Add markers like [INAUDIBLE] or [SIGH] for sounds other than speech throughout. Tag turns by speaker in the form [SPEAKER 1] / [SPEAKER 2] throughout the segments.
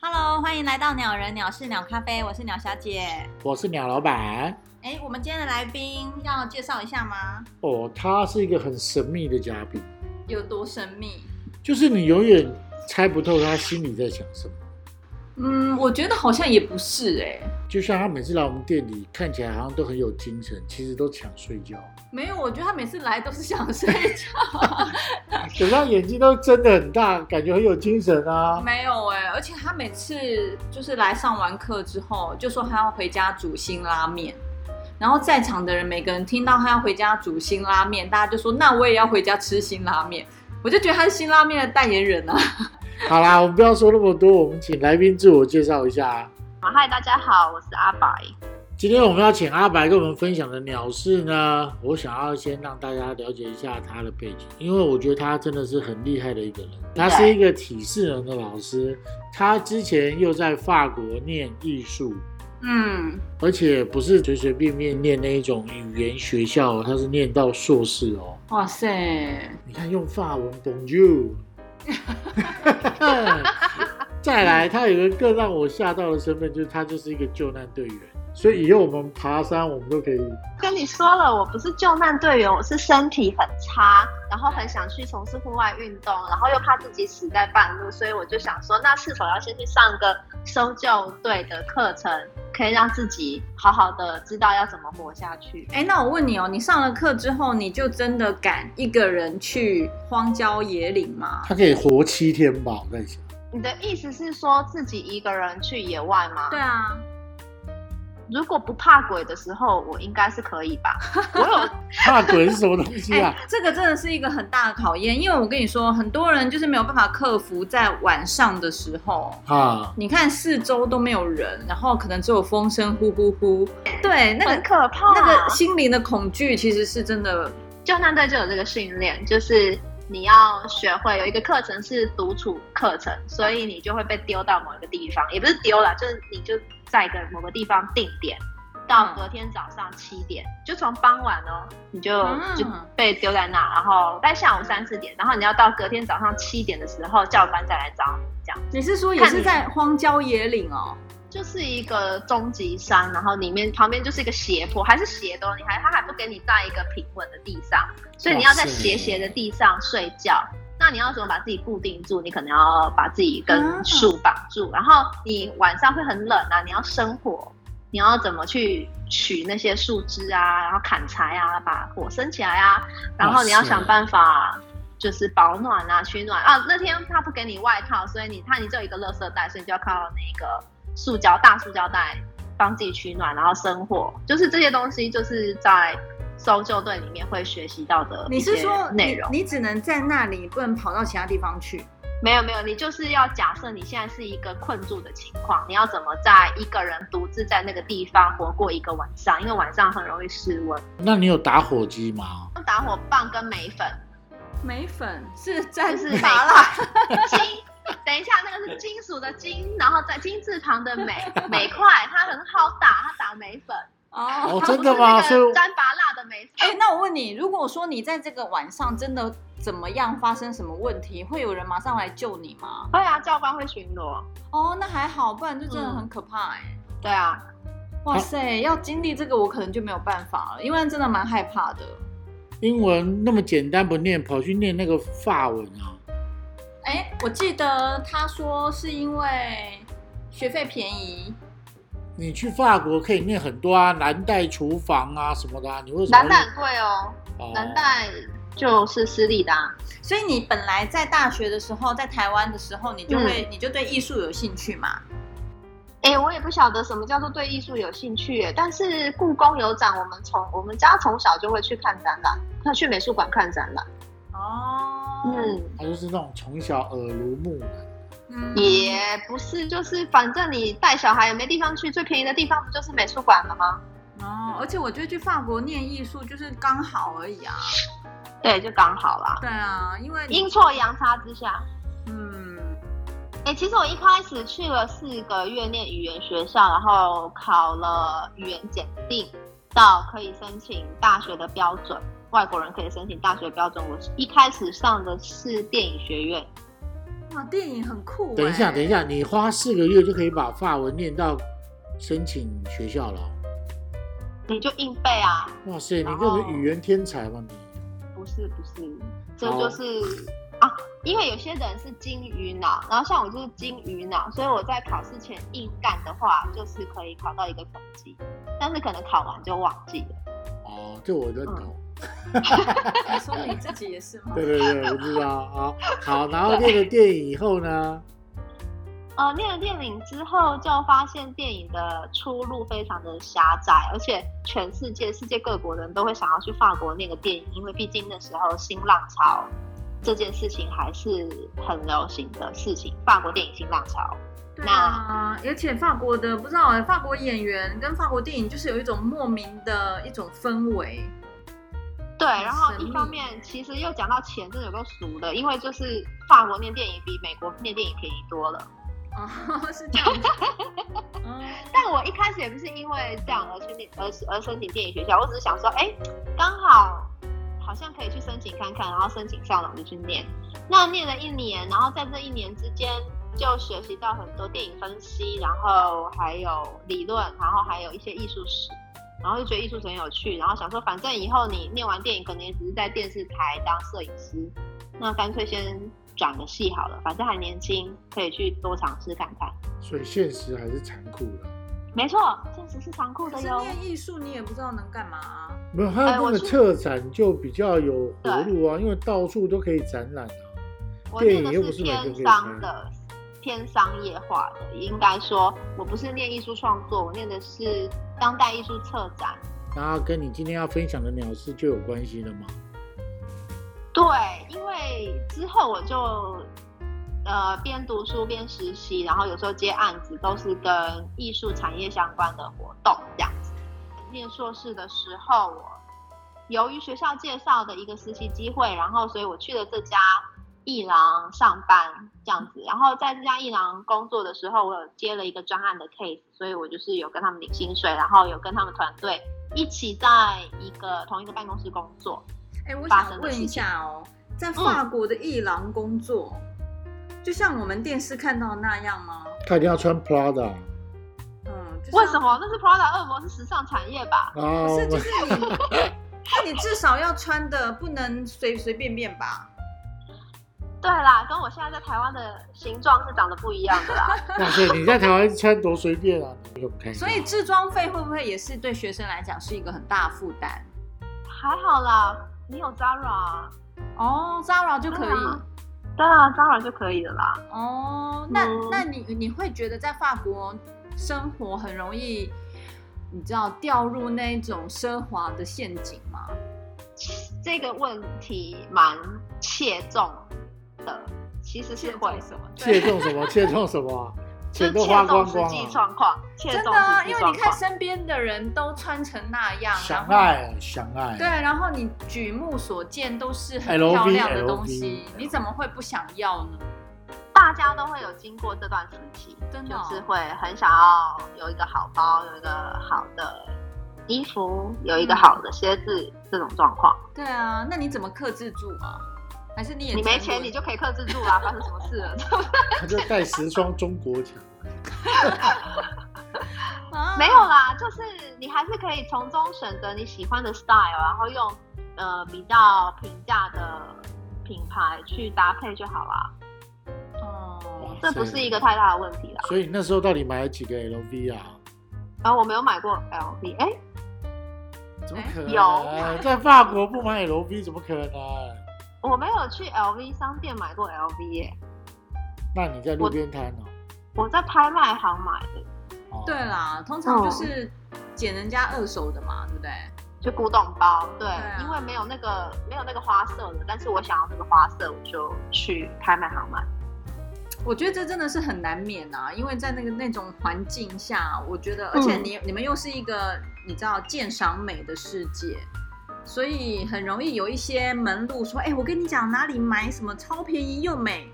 [SPEAKER 1] Hello，欢迎来到鸟人鸟事鸟咖啡，我是鸟小姐。
[SPEAKER 2] 我是鸟老板。
[SPEAKER 1] 哎，我们今天的来宾要介绍一下吗？
[SPEAKER 2] 哦，他是一个很神秘的嘉宾，
[SPEAKER 1] 有多神秘？
[SPEAKER 2] 就是你永远猜不透他心里在想什么。
[SPEAKER 3] 嗯，我觉得好像也不是哎、
[SPEAKER 2] 就像他每次来我们店里，看起来好像都很有精神，其实都想睡觉，
[SPEAKER 3] 没有，我觉得他每次来都是想睡 [LAUGHS] 觉，
[SPEAKER 2] 可是他眼睛都睁得很大，感觉很有精神啊。
[SPEAKER 3] 没有哎、而且他每次就是来上完课之后，就说他要回家煮新拉面，然后在场的人每个人听到他要回家煮新拉面，大家就说那我也要回家吃新拉面，我就觉得他是新拉面的代言人啊。
[SPEAKER 2] 好啦，我们不要说那么多，我们请来宾自我介绍一下啊。
[SPEAKER 4] 嗨，大家好，我是阿白。
[SPEAKER 2] 今天我们要请阿白跟我们分享的鸟事呢，我想要先让大家了解一下他的背景，因为我觉得他真的是很厉害的一个人。他是一个体适能的老师，他之前又在法国念艺术，
[SPEAKER 3] 嗯，
[SPEAKER 2] 而且不是随随便便念那一种语言学校哦，他是念到硕士哦。
[SPEAKER 3] 哇塞，
[SPEAKER 2] 你看用法文 Bonjour，再来，他有一个更让我吓到的身份，就是他就是一个救难队员。所以以后我们爬山，我们都可以
[SPEAKER 4] 跟你说了，我不是救难队员，我是身体很差，然后很想去从事户外运动，然后又怕自己死在半路，所以我就想说，那是否要先去上个搜救队的课程，可以让自己好好的知道要怎么活下去？
[SPEAKER 3] 哎，那我问你哦，你上了课之后，你就真的敢一个人去荒郊野岭吗？
[SPEAKER 2] 他可以活七天吧？我在想，
[SPEAKER 4] [LAUGHS] 你的意思是说自己一个人去野外吗？
[SPEAKER 3] 对，啊，
[SPEAKER 4] 如果不怕鬼的时候，我应该是可以吧？我有
[SPEAKER 2] 怕鬼是什么东西
[SPEAKER 3] 哎，
[SPEAKER 2] 啊？
[SPEAKER 3] 这个真的是一个很大的考验，因为我跟你说，很多人就是没有办法克服在晚上的时候。
[SPEAKER 4] 哎
[SPEAKER 2] 啊，
[SPEAKER 3] 你看四周都没有人，然后可能只有风声呼呼呼，对，那个
[SPEAKER 4] 很可怕，
[SPEAKER 3] 那个心灵的恐惧其实是真的，
[SPEAKER 4] 救难队就有这个训练，就是你要学会有一个课程是独处课程，所以你就会被丢到某一个地方，也不是丢了，就是你就在一个某个地方定点，到隔天早上七点，就从傍晚哦，你就、
[SPEAKER 3] 嗯
[SPEAKER 4] 就被丢在那，然后在下午三四点，然后你要到隔天早上七点的时候，教官再来找你，这样
[SPEAKER 3] 你是说也是在荒郊野岭哦？
[SPEAKER 4] 就是一个终极山，然后里面旁边就是一个斜坡，还是斜的哦，你还它还不给你在一个平稳的地上，所以你要在斜斜的地上睡觉。那你要怎么把自己固定住？你可能要把自己跟树绑住，然后你晚上会很冷啊，你要生火，你要怎么去取那些树枝啊，然后砍柴啊，把火升起来啊，然后你要
[SPEAKER 2] 哇塞
[SPEAKER 4] 想办法就是保暖啊、取暖啊。那天他不给你外套，所以你他你只有一个垃圾袋，所以你就要靠那个塑胶大塑胶袋帮自己取暖，然后生火，就是这些东西就是在搜救队里面会学习到的
[SPEAKER 3] 你
[SPEAKER 4] 一
[SPEAKER 3] 是
[SPEAKER 4] 些
[SPEAKER 3] 说你
[SPEAKER 4] 内容。
[SPEAKER 3] 你只能在那里，不能跑到其他地方去？
[SPEAKER 4] 没有没有，你就是要假设你现在是一个困住的情况，你要怎么在一个人独自在那个地方活过一个晚上？因为晚上很容易失温。
[SPEAKER 2] 那你有打火机吗？
[SPEAKER 4] 用打火棒跟眉粉，
[SPEAKER 3] 眉粉是在
[SPEAKER 4] 就是
[SPEAKER 3] 麻辣，
[SPEAKER 4] [LAUGHS] 金，等一下，那个是金属的金，然后在金字旁的美美块，它很好打，它打眉粉。
[SPEAKER 3] 哦
[SPEAKER 2] 哦，
[SPEAKER 4] 它
[SPEAKER 2] 真
[SPEAKER 4] 不
[SPEAKER 2] 的
[SPEAKER 4] 是
[SPEAKER 2] 吗？
[SPEAKER 4] 那
[SPEAKER 2] 所以
[SPEAKER 4] 个沾拔蜡的眉
[SPEAKER 3] 哎、
[SPEAKER 4] 粉。
[SPEAKER 3] 那我问你，如果说你在这个晚上真的怎么样发生什么问题，会有人马上来救你吗？
[SPEAKER 4] 会啊，教官会巡逻。
[SPEAKER 3] 哦，那还好，不然就真的很可怕哎、
[SPEAKER 4] 对啊，
[SPEAKER 3] 哇塞，要经历这个我可能就没有办法了，因为真的蛮害怕的。
[SPEAKER 2] 英文那么简单不念，跑去念那个法文啊？
[SPEAKER 3] 哎、我记得他说是因为学费便宜，
[SPEAKER 2] 你去法国可以念很多啊，蓝带厨房啊什么的、啊，你为什么要
[SPEAKER 4] 蓝带很贵哦，
[SPEAKER 2] 哦
[SPEAKER 4] 蓝带就是私立的、啊。
[SPEAKER 3] 所以你本来在大学的时候，在台湾的时候，你就会、
[SPEAKER 4] 嗯
[SPEAKER 3] 你就对艺术有兴趣嘛？
[SPEAKER 4] 哎、我也不晓得什么叫做对艺术有兴趣耶，但是故宫有展，我们从我们家从小就会去看展览，那去美术馆看展览。
[SPEAKER 3] 哦，
[SPEAKER 4] 嗯。
[SPEAKER 2] 他就是那种从小耳濡目染。
[SPEAKER 3] 嗯
[SPEAKER 4] 也不是，就是反正你带小孩也没地方去，最便宜的地方不就是美术馆了吗？
[SPEAKER 3] 哦，而且我觉得去法国念艺术就是刚好而已啊。
[SPEAKER 4] 对，就刚好啦。
[SPEAKER 3] 对啊，因为
[SPEAKER 4] 阴错阳差之下，
[SPEAKER 3] 嗯，
[SPEAKER 4] 哎、其实我一开始去了四个月念语言学校，然后考了语言检定，到可以申请大学的标准，外国人可以申请大学标准。我一开始上的是电影学院，
[SPEAKER 3] 哇，电影很酷、欸。
[SPEAKER 2] 等一下，等一下，你花四个月就可以把法文念到申请学校了哦、
[SPEAKER 4] 你就硬背啊？
[SPEAKER 2] 哇塞，你
[SPEAKER 4] 然
[SPEAKER 2] 根
[SPEAKER 4] 后
[SPEAKER 2] 本语言天才嘛你！
[SPEAKER 4] 不是不是，这就是、啊，因为有些人是金鱼脑，然后像我就是金鱼脑，所以我在考试前硬干的话，就是可以考到一个成绩，但是可能考完就忘记了。
[SPEAKER 2] 哦，这我认同。
[SPEAKER 3] 你说你自己也是
[SPEAKER 4] 嗯
[SPEAKER 3] 吗？
[SPEAKER 2] 对对对，我知道啊。
[SPEAKER 4] [LAUGHS]
[SPEAKER 2] 好，然后练了电影以后呢，
[SPEAKER 4] 呃，念了电影之后，就发现电影的出路非常的狭窄，而且全世界世界各国人都会想要去法国那个电影，因为毕竟那时候新浪潮这件事情还是很流行的事情，法国电影新浪潮。
[SPEAKER 3] 对啊，而且法国的不知道哎、法国演员跟法国电影就是有一种莫名的一种氛围。
[SPEAKER 4] 对，
[SPEAKER 3] 很
[SPEAKER 4] 然后
[SPEAKER 3] 神
[SPEAKER 4] 一
[SPEAKER 3] 秘
[SPEAKER 4] 方面其实又讲到钱，真的有够俗的，因为就是法国念电影比美国念电影便宜多了。
[SPEAKER 3] 哦， [LAUGHS] 是这
[SPEAKER 4] [LAUGHS]
[SPEAKER 3] 样子。哦
[SPEAKER 4] 但我一开始也不是因为这样而去念而而申请电影学校，我只是想说，哎，刚呃好好像可以去申请看看，然后申请上了我就去念。那念了一年，然后在这一年之间就学习到很多电影分析，然后还有理论，然后还有一些艺术史。然后就觉得艺术史很有趣，然后想说，反正以后你念完电影，可能也只是在电视台当摄影师，那干脆先转个系好了，反正还年轻，可以去多尝试看看。
[SPEAKER 2] 所以现实还是残酷的。
[SPEAKER 4] 没错，现实是残酷
[SPEAKER 3] 可
[SPEAKER 4] 的
[SPEAKER 3] 是
[SPEAKER 4] 哟。
[SPEAKER 3] 念艺术你也不知道能干嘛啊。
[SPEAKER 2] 没有，它那
[SPEAKER 4] 哎我
[SPEAKER 2] 个
[SPEAKER 4] 是
[SPEAKER 2] 策展就比较有活路啊，因为到处都可以展览啊。
[SPEAKER 4] 我
[SPEAKER 2] 电影
[SPEAKER 4] 念的
[SPEAKER 2] 又不
[SPEAKER 4] 是
[SPEAKER 2] 是每个人
[SPEAKER 4] 偏
[SPEAKER 2] 可以
[SPEAKER 4] 商
[SPEAKER 2] 拍。
[SPEAKER 4] 的，偏商业化的。应该说，我不是念艺术创作，我念的是当代艺术策展。
[SPEAKER 2] 然后跟你今天要分享的鸟事就有关系了嘛？
[SPEAKER 4] 对，因为之后我就呃边读书边实习，然后有时候接案子都是跟艺术产业相关的活动这样子。念硕士的时候，我由于学校介绍的一个实习机会，然后所以我去了这家艺廊上班这样子。然后在这家艺廊工作的时候，我有接了一个专案的 case，所以我就是有跟他们领薪水，然后有跟他们团队一起在一个同一个办公室工作。
[SPEAKER 3] 哎、我
[SPEAKER 4] 发
[SPEAKER 3] 想
[SPEAKER 4] 生的
[SPEAKER 3] 问
[SPEAKER 4] 事
[SPEAKER 3] 一
[SPEAKER 4] 情嗯
[SPEAKER 3] 下哦，在法国的艺廊工作，就像我们电视看到的那样吗？
[SPEAKER 2] 他一定要穿 Prada
[SPEAKER 3] 嗯，就是
[SPEAKER 4] 为什？么？那是 Prada 恶魔是时尚产业吧？
[SPEAKER 2] 啊，
[SPEAKER 3] 不
[SPEAKER 2] 我
[SPEAKER 3] 是，就
[SPEAKER 2] 们
[SPEAKER 3] 是你，你至少要穿的不能随随便便吧？
[SPEAKER 4] 对啦，跟我现在在台湾的形状是长得不一样
[SPEAKER 3] [LAUGHS]
[SPEAKER 4] 的啦。
[SPEAKER 2] [LAUGHS] 哇塞，你在台湾穿多随便啊，你有看？
[SPEAKER 3] 所以制装费会不会也是对学生来讲是一个很大的负担？
[SPEAKER 4] 还好啦，你有 Zara，啊
[SPEAKER 3] 哦，Zara 就可
[SPEAKER 4] 对
[SPEAKER 3] 以
[SPEAKER 4] 啊。对啊，Zara 就可以了啦。
[SPEAKER 3] 哦，那
[SPEAKER 4] 嗯
[SPEAKER 3] 那你你会觉得在法国生活很容易，你知道掉入那种奢华的陷阱吗？
[SPEAKER 4] 这个问题蛮切中的，其实是会
[SPEAKER 3] 欠，什么？
[SPEAKER 2] 切中什么？切中什么啊？
[SPEAKER 4] 就是
[SPEAKER 2] 钱都花光
[SPEAKER 4] 切中实
[SPEAKER 2] 光啊
[SPEAKER 4] 际
[SPEAKER 2] 了、
[SPEAKER 4] 状况，切
[SPEAKER 3] 真的
[SPEAKER 4] 中
[SPEAKER 3] 啊，因
[SPEAKER 4] 实际
[SPEAKER 3] 为
[SPEAKER 4] 状
[SPEAKER 3] 你看
[SPEAKER 4] 况。
[SPEAKER 3] 身边的人都穿成那样，
[SPEAKER 2] 想
[SPEAKER 3] 然后
[SPEAKER 2] 爱，啊想爱。
[SPEAKER 3] 对，然后你举目所见都是很
[SPEAKER 2] LV
[SPEAKER 3] 漂亮的东
[SPEAKER 2] LV
[SPEAKER 3] 西，你怎么会不想要呢？
[SPEAKER 4] 大家都会有经过这段时期，
[SPEAKER 3] 真的
[SPEAKER 4] 就
[SPEAKER 3] 哦
[SPEAKER 4] 是会很想要有一个好包，有一个好的衣服，有一个
[SPEAKER 3] 嗯
[SPEAKER 4] 好的鞋子，这种状况。
[SPEAKER 3] 对啊，那你怎么克制住啊？还是你也
[SPEAKER 4] 你没
[SPEAKER 3] 沉
[SPEAKER 4] 钱
[SPEAKER 3] 沦
[SPEAKER 4] 你就可以克制住啦，发生什么事了？
[SPEAKER 2] 他就带十双中国墙。
[SPEAKER 3] 啊
[SPEAKER 4] 没有啦，就是你还是可以从中选择你喜欢的 style，然后用呃比较平价的品牌去搭配就好啦。
[SPEAKER 3] 哦，
[SPEAKER 4] 这不是一个太大的问题啦。
[SPEAKER 2] 所以你那时候到底买了几个 LV 啊？
[SPEAKER 4] 然后我没有买过 LV，哎、
[SPEAKER 2] 怎么可能？
[SPEAKER 4] 有
[SPEAKER 2] 在法国不买 LV 怎么可能？
[SPEAKER 4] 我没有去 LV 商店买过 LV 耶、
[SPEAKER 2] 那你在路边摊哦
[SPEAKER 4] 我在拍卖行买的，
[SPEAKER 2] 哦？
[SPEAKER 3] 对啦，通常就是捡人家二手的嘛，对不对？
[SPEAKER 4] 就古董包。对，
[SPEAKER 3] 啊
[SPEAKER 4] 因为没有那个没有那个花色的，但是我想要那个花色，我就去拍卖行买。
[SPEAKER 3] 我觉得这真的是很难免啊，因为在那个那种环境下，我觉得，
[SPEAKER 4] 嗯
[SPEAKER 3] 而且你、你们又是一个你知道鉴赏美的世界，所以很容易有一些门路说，哎、我跟你讲哪里买什么超便宜又美，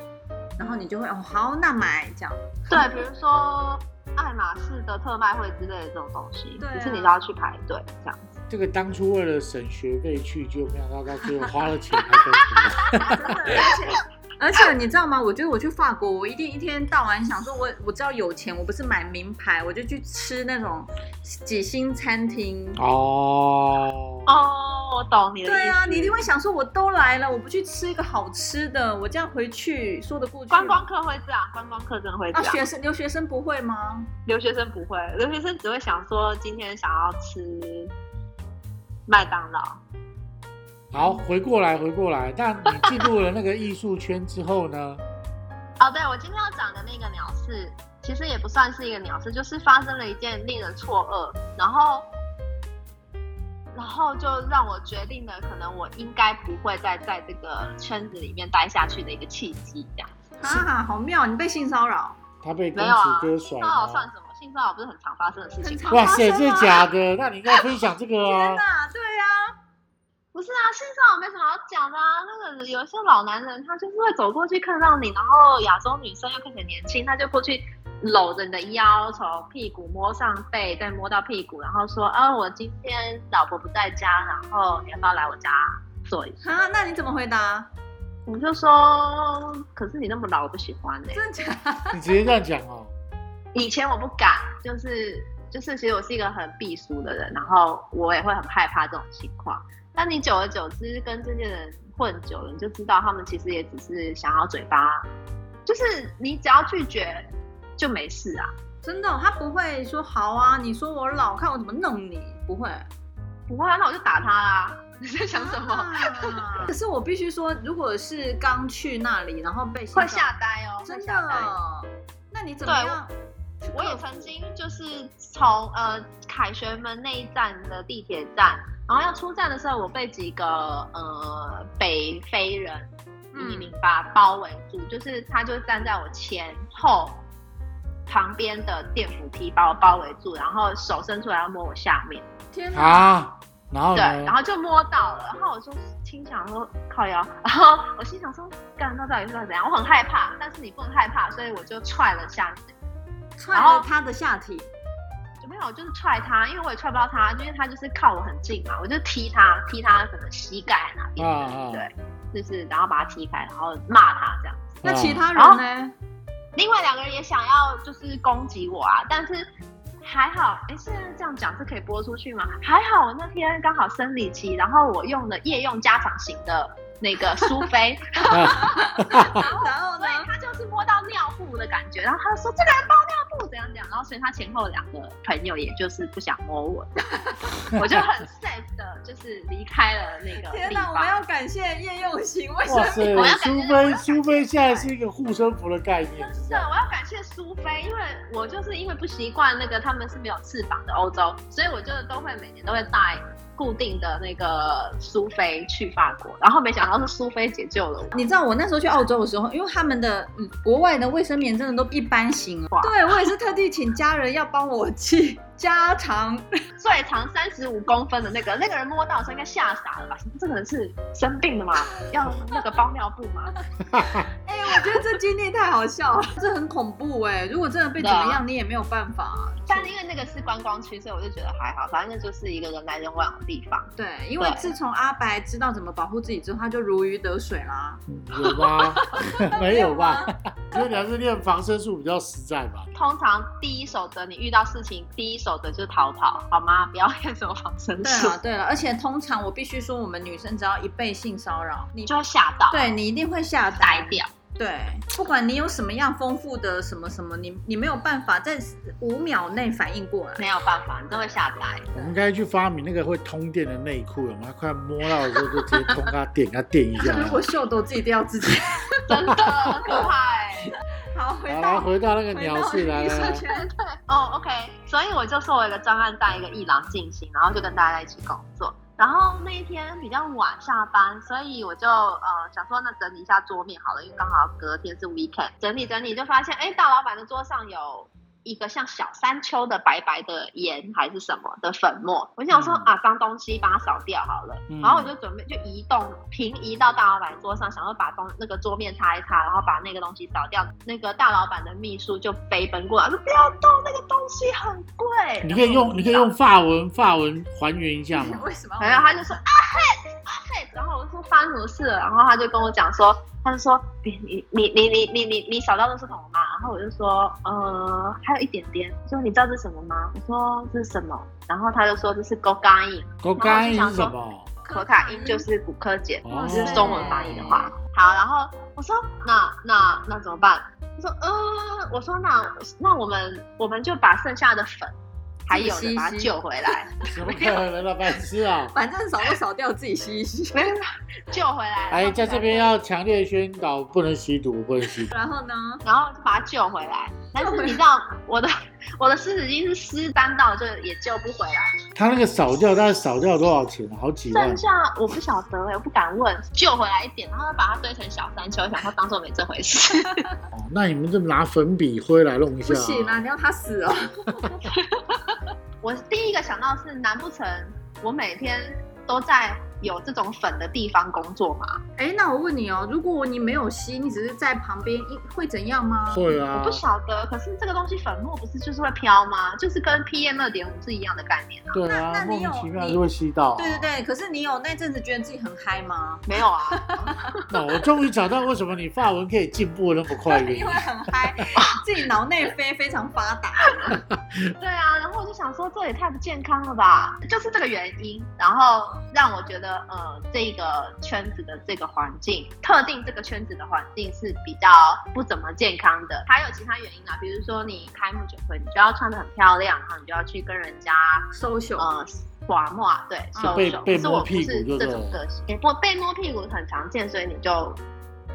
[SPEAKER 3] 然后你就会哦好那买这样，
[SPEAKER 4] 对，比如说爱马仕的特卖会之类的这种东西，
[SPEAKER 3] 对啊
[SPEAKER 4] 只是你都要去排队这样子。
[SPEAKER 2] 这个当初为了省学费去，就没想到到最后花了钱还更多。
[SPEAKER 3] 真的，而且。
[SPEAKER 4] [LAUGHS]
[SPEAKER 3] 而且你知道吗？我觉得我去法国，我一定一天到晚想说我，我知道有钱，我不是买名牌，我就去吃那种几星餐厅。
[SPEAKER 4] [LAUGHS]
[SPEAKER 2] 哦，
[SPEAKER 4] 哦，我懂你的意思。
[SPEAKER 3] 对啊，你一定会想说，我都来了，我不去吃一个好吃的，我这样回去说得过去吗。
[SPEAKER 4] 观光客会这样，观光客真的会这
[SPEAKER 3] 啊，
[SPEAKER 4] 样。
[SPEAKER 3] 学生留学生不会吗？
[SPEAKER 4] 留学生不会，留学生只会想说今天想要吃麦当劳。
[SPEAKER 2] 好，回过来，回过来。那你进入了那个艺术圈之后呢？
[SPEAKER 4] 哦，对，我今天要讲的那个鸟事，其实也不算是一个鸟事，就是发生了一件令人错愕，然后，然后就让我决定了，可能我应该不会再在这个圈子里面待下去的一个契机，这样。
[SPEAKER 3] 啊，好妙！你被性骚扰，
[SPEAKER 2] 他被公
[SPEAKER 4] 没有
[SPEAKER 2] 子
[SPEAKER 4] 啊，
[SPEAKER 2] 哥
[SPEAKER 4] 性
[SPEAKER 2] 甩
[SPEAKER 4] 骚扰
[SPEAKER 2] 了。
[SPEAKER 4] 算什么？性骚扰不是很常发生的事情
[SPEAKER 3] 很
[SPEAKER 4] 吗？
[SPEAKER 3] 常
[SPEAKER 2] 哇
[SPEAKER 3] 发
[SPEAKER 2] 塞，
[SPEAKER 3] 生
[SPEAKER 2] 这是
[SPEAKER 3] 啊
[SPEAKER 2] 假的？那你应该分享这
[SPEAKER 4] [LAUGHS] 哦
[SPEAKER 2] 个啊
[SPEAKER 3] 天。哪，对啊，
[SPEAKER 4] 不是啊，性骚扰没什么好讲的啊。那个有一些老男人，他就是会走过去看到你，然后亚洲女生又看起来年轻，他就过去搂着你的腰，从屁股摸上背，再摸到屁股，然后说：“啊，我今天老婆不在家，然后你要不要来我家坐一下
[SPEAKER 3] 啊，那你怎么回答？？”
[SPEAKER 4] 我就说：“可是你那么老，我不喜欢呢、
[SPEAKER 3] 真的假的？
[SPEAKER 2] 你直接这样讲
[SPEAKER 4] [LAUGHS]
[SPEAKER 2] 哦。
[SPEAKER 4] 以前我不敢，就是就是，其实我是一个很避俗的人，然后我也会很害怕这种情况。但你久而久之跟这些人混久了，你就知道他们其实也只是想要嘴巴，就是你只要拒绝就没事啊，
[SPEAKER 3] 真的哦、他不会说好啊，你说我老，看我怎么弄你，不会。
[SPEAKER 4] 不会、啊，那我就打他啦。你在想什 [LAUGHS] 么？
[SPEAKER 3] 啊可是我必须说，如果是刚去那里，然后被性
[SPEAKER 4] 会
[SPEAKER 3] 骚扰
[SPEAKER 4] 吓呆哦，
[SPEAKER 3] 真
[SPEAKER 4] 会
[SPEAKER 3] 的
[SPEAKER 4] 吓呆。
[SPEAKER 3] 哦，那你怎么
[SPEAKER 4] 对
[SPEAKER 3] 样？
[SPEAKER 4] 我也曾经就是从呃凯旋门那一站的地铁站，然后要出站的时候，我被几个呃北非人
[SPEAKER 3] 嗯
[SPEAKER 4] 移民吧包围住，就是他就站在我前后旁边的电扶梯把我包围住，然后手伸出来要摸我下面，
[SPEAKER 3] 嗯天哪！
[SPEAKER 2] 啊，然后
[SPEAKER 4] 对，
[SPEAKER 2] 呢
[SPEAKER 4] 然？后就摸到了，然后我就心想说靠腰， [LAUGHS] 然后我心想说干那到底是要怎样？我很害怕，但是你不能害怕，所以我就踹了下去。
[SPEAKER 3] 踹了他的下体，
[SPEAKER 4] 没有，就是踹他，因为我也踹不到他，因为他就是靠我很近嘛，我就踢他，踢他可能膝盖哪边，
[SPEAKER 2] 啊啊
[SPEAKER 4] 对，就是然后把他踢开，然后骂他这样。
[SPEAKER 2] 啊
[SPEAKER 3] 那其他
[SPEAKER 4] 好
[SPEAKER 3] 人呢？
[SPEAKER 4] 另外两个人也想要就是攻击我啊，但是还好，哎，现在这样讲是可以播出去吗？还好我那天刚好生理期，然后我用了夜用加长型的那个苏菲，
[SPEAKER 2] [LAUGHS] 啊
[SPEAKER 3] 然后呢
[SPEAKER 4] 所以？他就是摸到尿布的感觉，然后他就说这个人包尿布怎样怎样，然后所以他前后两个朋友也就是不想摸我， [LAUGHS] 这样我就很 safe 的，就是离开了那个
[SPEAKER 3] 天
[SPEAKER 4] 地
[SPEAKER 3] 哪！我们
[SPEAKER 4] 方。
[SPEAKER 3] 要感谢叶佑行，为什
[SPEAKER 2] 哇
[SPEAKER 3] 么？
[SPEAKER 2] 塞
[SPEAKER 4] 我要，感
[SPEAKER 2] 苏
[SPEAKER 4] 觉我
[SPEAKER 2] 菲，
[SPEAKER 4] [LAUGHS] 要
[SPEAKER 2] 苏菲现在是一个护身符的概念，
[SPEAKER 4] 真啊的，我要感谢苏菲，因为我就是因为不习惯那个他们是没有翅膀的欧洲，所以我就都会每年都会带固定的那个苏菲去法国，然后没想到是苏菲解救了我。
[SPEAKER 3] 你知道我那时候去澳洲的时候，因为他们的嗯国外的卫生棉真的都一般型啊
[SPEAKER 4] 哇
[SPEAKER 3] 对我也是特地请家人要帮我去加
[SPEAKER 2] [LAUGHS]
[SPEAKER 3] 长，
[SPEAKER 4] 最长三十五公分的那个，那个人摸到的时候应该吓傻了吧？这个人是生病了吗？要那个包尿布
[SPEAKER 3] [LAUGHS]
[SPEAKER 4] 吗？
[SPEAKER 3] 哎、我觉得这经历太好笑了，这很恐怖哎、如果真的被怎么样，你也没有办法、啊。
[SPEAKER 4] 但因为那个是观光区，所以我就觉得还好，反正就是一个人来人往的地方。
[SPEAKER 3] 对，因为
[SPEAKER 4] 对
[SPEAKER 3] 自从阿白知道怎么保护自己之后，他就如鱼得水啦。
[SPEAKER 2] 嗯有吗？ [LAUGHS] 没有
[SPEAKER 4] [LAUGHS]
[SPEAKER 2] 吧？所以你还是练防身术比较实在吧？
[SPEAKER 4] 通常第一守则，你遇到事情第一守则就是逃跑，好吗？不要练什么防身
[SPEAKER 3] 对啊
[SPEAKER 4] 术
[SPEAKER 3] 了，对了，而且通常我必须说，我们女生只要一被性骚扰，你
[SPEAKER 4] 你就会吓到，
[SPEAKER 3] 对啊你一定会吓到
[SPEAKER 4] 呆掉。
[SPEAKER 3] 对，不管你有什么样丰富的什么什么，你你没有办法在五秒内反应过
[SPEAKER 4] [LAUGHS]
[SPEAKER 3] 来。
[SPEAKER 4] 没有办法，你都会吓呆。
[SPEAKER 2] 我们应该去发明那个会通电的内裤，有吗？快摸到的时候就直接通它电，它电一下。
[SPEAKER 3] 如果秀逗自己都要自己。
[SPEAKER 4] 真的很可怕欸
[SPEAKER 3] 好， [LAUGHS] 回
[SPEAKER 2] 好来
[SPEAKER 3] 到
[SPEAKER 2] 回到那个鸟事来
[SPEAKER 3] 回到
[SPEAKER 2] 了
[SPEAKER 3] 艺术，圈
[SPEAKER 4] 哦、o k 所以我就说我有一个专案在一个伊朗进行，然后就跟大家一起工作。然后那一天比较晚下班，所以我就呃想说，那整理一下桌面好了，因为刚好隔天是 weekend，整理整理就发现，哎，大老板的桌上有一个像小山丘的白白的盐还是什么的粉末，我想说、
[SPEAKER 2] 嗯
[SPEAKER 4] 啊，脏东西把它扫掉好了，
[SPEAKER 2] 嗯
[SPEAKER 4] 然后我就准备就移动平移到大老板桌上，想要把东那个桌面擦一擦，然后把那个东西扫掉。那个大老板的秘书就飞奔过来说：“不要动，那个东西很贵。”
[SPEAKER 2] 你可以用你可以用法文法文还原一下
[SPEAKER 3] 你
[SPEAKER 2] 嘛？
[SPEAKER 3] 为什么要？
[SPEAKER 4] 然后他就说啊嘿啊嘿，然后我说发生什么事了？然后他就跟我讲说，他就说你你你你你你你你扫到垃圾桶了吗？然后我就说呃还有一点点，说你知道这是什么吗？我说这是什么？然后他就说这是 g o g a i n
[SPEAKER 2] 狗干是什么？
[SPEAKER 4] 可卡因就是骨科碱，
[SPEAKER 2] 哦
[SPEAKER 4] 这是中文翻译的话。好，然后我说那那那怎么办？他说呃，我说那那我们我们就把剩下的粉还有
[SPEAKER 3] 自己
[SPEAKER 4] 的
[SPEAKER 3] 吸
[SPEAKER 4] 把它
[SPEAKER 3] 吸
[SPEAKER 4] 救回来。
[SPEAKER 2] 怎么可能了，白痴
[SPEAKER 3] [LAUGHS]
[SPEAKER 2] 啊！
[SPEAKER 3] 反正扫都扫掉，自己吸一吸。
[SPEAKER 4] 没有没有救回来。
[SPEAKER 2] 哎，在这边要强烈宣导，不能吸毒，不能吸毒。
[SPEAKER 3] 然后呢？
[SPEAKER 4] 然后就把它救回来。但是你知道，我的我的湿纸巾是湿沾到，就也救不回来。
[SPEAKER 2] 他那个扫掉，大概扫掉多少钱啊？好几万
[SPEAKER 4] 剩。下我不晓得、欸，我不敢问。救回来一点，然后把它堆成小山丘，想说当做没这回事。
[SPEAKER 2] 哦那你们就拿粉笔灰来弄一下。
[SPEAKER 3] 不行啊，！你要他死哦！
[SPEAKER 4] 我第一个想到是，难不成我每天都在有这种粉的地方工作吗？
[SPEAKER 3] 哎，那我问你哦，如果你没有吸，你只是在旁边，一会怎样吗？
[SPEAKER 2] 会啊
[SPEAKER 4] 我不，晓得。可是这个东西粉末不是就是会飘吗？就是跟 PM 二点五是一样的概念啊。
[SPEAKER 2] 对啊，
[SPEAKER 3] 那那
[SPEAKER 2] 莫
[SPEAKER 3] 你有
[SPEAKER 2] 名其妙
[SPEAKER 3] 你
[SPEAKER 2] 就会吸到。
[SPEAKER 3] 对对。对，可是你有那阵子觉得自己很嗨吗？
[SPEAKER 4] 没有啊，
[SPEAKER 2] 那我终于找到为什么你法文可以进步得那么快的原
[SPEAKER 3] [LAUGHS]
[SPEAKER 4] [LAUGHS]
[SPEAKER 3] 因
[SPEAKER 2] 因
[SPEAKER 3] 为。很嗨，自己脑内啡非常发达。
[SPEAKER 4] [LAUGHS] 对啊，然后我就想说，这也太不健康了吧，就是这个原因，然后让我觉得，呃，这个圈子的这个环境，特定这个圈子的环境是比较不怎么健康的。还有其他原因啊，比如说你开幕酒会，你就要穿的很漂亮，然后你就要去跟人家，
[SPEAKER 3] social，哦
[SPEAKER 4] 呃。耍莫对，
[SPEAKER 3] 就
[SPEAKER 4] 手
[SPEAKER 2] 被
[SPEAKER 4] 手，
[SPEAKER 2] 被
[SPEAKER 4] 可是我
[SPEAKER 2] 摸屁
[SPEAKER 4] 不
[SPEAKER 2] 股
[SPEAKER 4] 是
[SPEAKER 2] 就
[SPEAKER 4] 这
[SPEAKER 2] 对
[SPEAKER 4] 种
[SPEAKER 2] 了
[SPEAKER 4] 个性，也不被摸屁股很常见，所以你就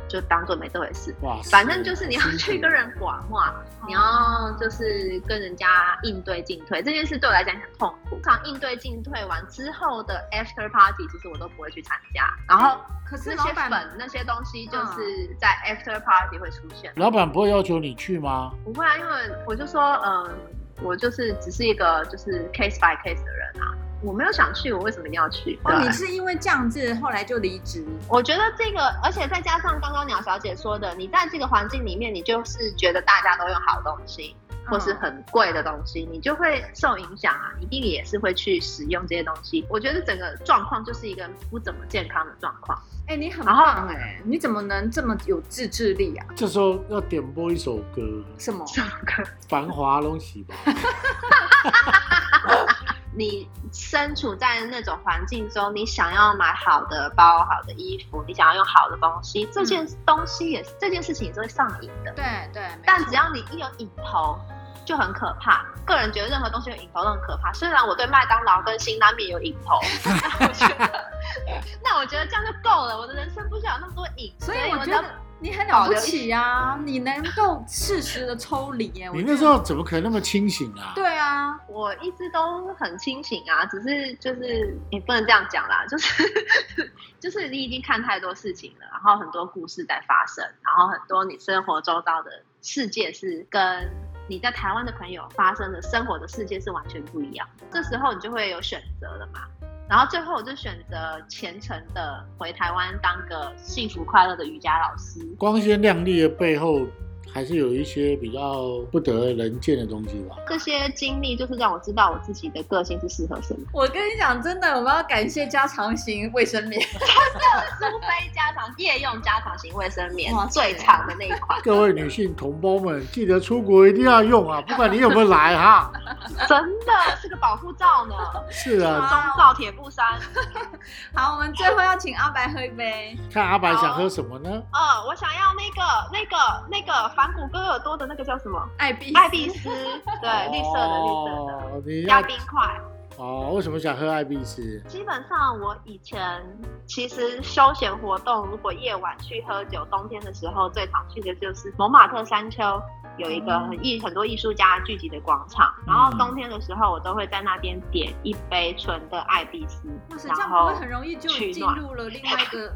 [SPEAKER 4] 就当做没这回事。
[SPEAKER 2] 哇塞，
[SPEAKER 4] 反正就是你要
[SPEAKER 2] 辛苦
[SPEAKER 4] 去跟人耍嘛，你要就是跟人家应对进退，这件事对我来讲很痛苦。通常应对进退完之后的 after party，其实我都不会去参加。然后
[SPEAKER 3] 可哎是
[SPEAKER 4] 那
[SPEAKER 3] 老
[SPEAKER 4] 些
[SPEAKER 3] 板
[SPEAKER 4] 粉那些东西，就是在 after party 会出现。
[SPEAKER 2] 老板不会要求你去吗？
[SPEAKER 4] 不会啊，因为我就说，嗯，我就是只是一个就是 case by case 的人啊，我没有想去，我为什么一定要去？
[SPEAKER 3] 哦，
[SPEAKER 4] 对
[SPEAKER 3] 你是因为这样子后来就离职，
[SPEAKER 4] 我觉得这个，而且再加上刚刚鸟小姐说的，你在这个环境里面，你就是觉得大家都有好东西，或
[SPEAKER 3] 嗯
[SPEAKER 4] 是很贵的东西，你就会受影响啊，一定也是会去使用这些东西。我觉得整个状况就是一个不怎么健康的状况。
[SPEAKER 3] 哎、你很
[SPEAKER 4] 然后
[SPEAKER 3] 棒哎、你怎么能这么有自制力啊？
[SPEAKER 2] 这时候要点播一首歌，《
[SPEAKER 3] 什么？
[SPEAKER 4] 这首歌，
[SPEAKER 2] 繁华东西》
[SPEAKER 4] [LAUGHS]
[SPEAKER 2] 吧。
[SPEAKER 4] 你身处在那种环境中，你想要买好的包、好的衣服，你想要用好的东西，这件东西也是、这件事情也是会上瘾的。
[SPEAKER 3] 对对，嗯没
[SPEAKER 4] 但
[SPEAKER 3] 错
[SPEAKER 4] 只要你一有瘾头，就很可怕。个人觉得任何东西有瘾头都很可怕。虽然我对麦当劳跟辛拉面有瘾
[SPEAKER 3] [LAUGHS]
[SPEAKER 4] 头，那我觉得， [LAUGHS] 那我觉得这样就够了。我的人生不需要有那么多瘾，
[SPEAKER 3] 所以
[SPEAKER 4] 以
[SPEAKER 3] 我
[SPEAKER 4] 我
[SPEAKER 3] 觉
[SPEAKER 4] 要
[SPEAKER 3] 得你很了不起啊，你能够适时的抽离耶、我
[SPEAKER 2] 你
[SPEAKER 3] 觉
[SPEAKER 2] 那
[SPEAKER 3] 得
[SPEAKER 2] 时候怎么可能那么清醒啊？
[SPEAKER 3] 对啊，
[SPEAKER 4] 我一直都很清醒啊，只是就是也不能这样讲啦，就是 [LAUGHS] 就是你已经看太多事情了，然后很多故事在发生，然后很多你生活周遭的世界是跟你在台湾的朋友发生的生活的世界是完全不一样的，这时候你就会有选择了嘛。然后最后我就选择虔诚的回台湾当个幸福快乐的瑜伽老师，
[SPEAKER 2] 光鲜亮丽的背后，还是有一些比较不得人见的东西
[SPEAKER 4] [LAUGHS]
[SPEAKER 2] 吧。
[SPEAKER 4] 这些经历就是让我知道我自己的个性是适合什么。
[SPEAKER 3] 我跟你讲，真的，我们要感谢加长型卫生
[SPEAKER 4] [LAUGHS]
[SPEAKER 3] 棉。
[SPEAKER 4] 苏菲加长夜用加长型卫生棉
[SPEAKER 3] 哇，
[SPEAKER 4] 最长的那一
[SPEAKER 2] [LAUGHS]
[SPEAKER 4] 款，
[SPEAKER 2] 各位女性同胞们，记得出国一定要用啊，不管你有没有来
[SPEAKER 4] [LAUGHS]
[SPEAKER 2] 哈。
[SPEAKER 4] 真的是个保护罩呢，
[SPEAKER 2] 是啊，
[SPEAKER 4] 中罩铁布衫。
[SPEAKER 3] 好，我们最后要请阿白喝一杯。
[SPEAKER 4] 啊
[SPEAKER 2] 看阿白
[SPEAKER 4] 哦
[SPEAKER 2] 想喝什么呢？
[SPEAKER 4] 呃，我想要那个、那个、那个反骨哥耳朵的那个叫什么？
[SPEAKER 3] 艾碧，
[SPEAKER 4] 艾必斯，对，
[SPEAKER 2] 哦
[SPEAKER 4] 绿色的，绿色的。
[SPEAKER 2] 你
[SPEAKER 4] 加
[SPEAKER 2] 要
[SPEAKER 4] 冰块。
[SPEAKER 2] 哦？为什么想喝艾必斯？
[SPEAKER 4] 基本上我以前其实休闲活动，如果夜晚去喝酒，冬天的时候最常去的就是蒙马特山丘，有一
[SPEAKER 3] 嗯
[SPEAKER 4] 个很艺很多艺术家聚集的广场，然后冬天的时候我都会在那边点一杯纯的艾必斯，
[SPEAKER 3] 哇塞，
[SPEAKER 4] 然
[SPEAKER 3] 这样不
[SPEAKER 4] 后
[SPEAKER 3] 会很容易就
[SPEAKER 4] 取
[SPEAKER 3] 进
[SPEAKER 4] 暖
[SPEAKER 3] 入了另外一个？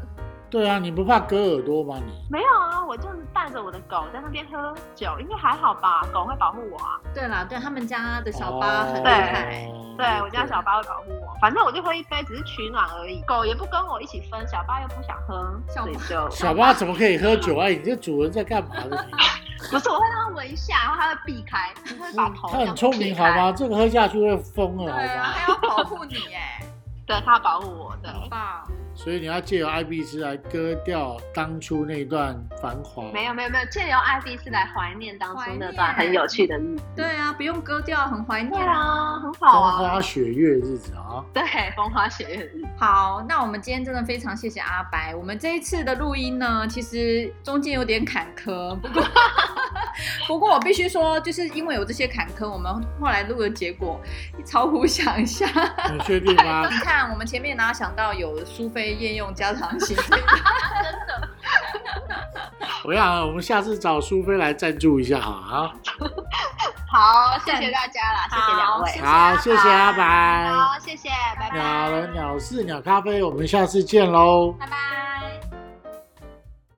[SPEAKER 2] 对啊，你不怕割耳朵吗？你
[SPEAKER 4] 没有啊，我就是带着我的狗在那边喝酒，应该还好吧，狗会保护我啊。
[SPEAKER 3] 对啦，对他们家的小
[SPEAKER 2] 哦
[SPEAKER 3] 巴很厉
[SPEAKER 4] 对
[SPEAKER 3] 害，
[SPEAKER 4] 对，我家小巴会保护我，反正我就喝一杯，只是取暖而已。狗也不跟我一起分，小巴又不想喝，
[SPEAKER 3] 小
[SPEAKER 4] 所以
[SPEAKER 3] 巴
[SPEAKER 4] 就
[SPEAKER 2] 小巴怎么可以喝酒啊？你这主人在干
[SPEAKER 4] [LAUGHS]
[SPEAKER 2] 嘛呢？你
[SPEAKER 4] 不是我会让它闻一下，然后它会避开，它会把头
[SPEAKER 2] 他很聪明好吗？？这个喝下去会疯了好
[SPEAKER 3] 对啊，
[SPEAKER 2] 吗？
[SPEAKER 3] 还要保护你
[SPEAKER 4] [LAUGHS]
[SPEAKER 3] 哎，
[SPEAKER 4] 对，它保护我，对。
[SPEAKER 3] 很棒。
[SPEAKER 2] 所以你要借由艾必斯来割掉当初那段繁华。
[SPEAKER 4] 没有没有没有，借由艾必斯来怀念当初那
[SPEAKER 3] 怀
[SPEAKER 4] 段
[SPEAKER 3] 念
[SPEAKER 4] 很有趣的日子。
[SPEAKER 3] 对啊，不用割掉，很怀
[SPEAKER 4] 对
[SPEAKER 3] 念啊。
[SPEAKER 4] 啊，很好
[SPEAKER 2] 风
[SPEAKER 4] 啊
[SPEAKER 2] 花。雪月的日子
[SPEAKER 4] [LAUGHS]
[SPEAKER 2] 啊，
[SPEAKER 4] 对，风花雪月的日子。
[SPEAKER 3] 好，那我们今天真的非常谢谢阿白。我们这一次的录音呢，其实中间有点坎坷，不过不过我必须说，就是因为有这些坎坷，我们后来录的结果超乎想象。
[SPEAKER 2] 你确定吗
[SPEAKER 3] 你？看，我们前面哪有想到有苏菲宴用家常型？
[SPEAKER 2] 我想我们下次找苏菲来赞助一下好啊。
[SPEAKER 4] 好，谢谢大家啦，谢谢两
[SPEAKER 3] 谢
[SPEAKER 4] 位。
[SPEAKER 2] 好，谢谢啊阿
[SPEAKER 3] 阿白
[SPEAKER 2] 白。
[SPEAKER 4] 好，谢谢，拜拜。
[SPEAKER 2] 鸟人鸟事鸟咖啡，我们下次见喽，
[SPEAKER 3] 拜拜。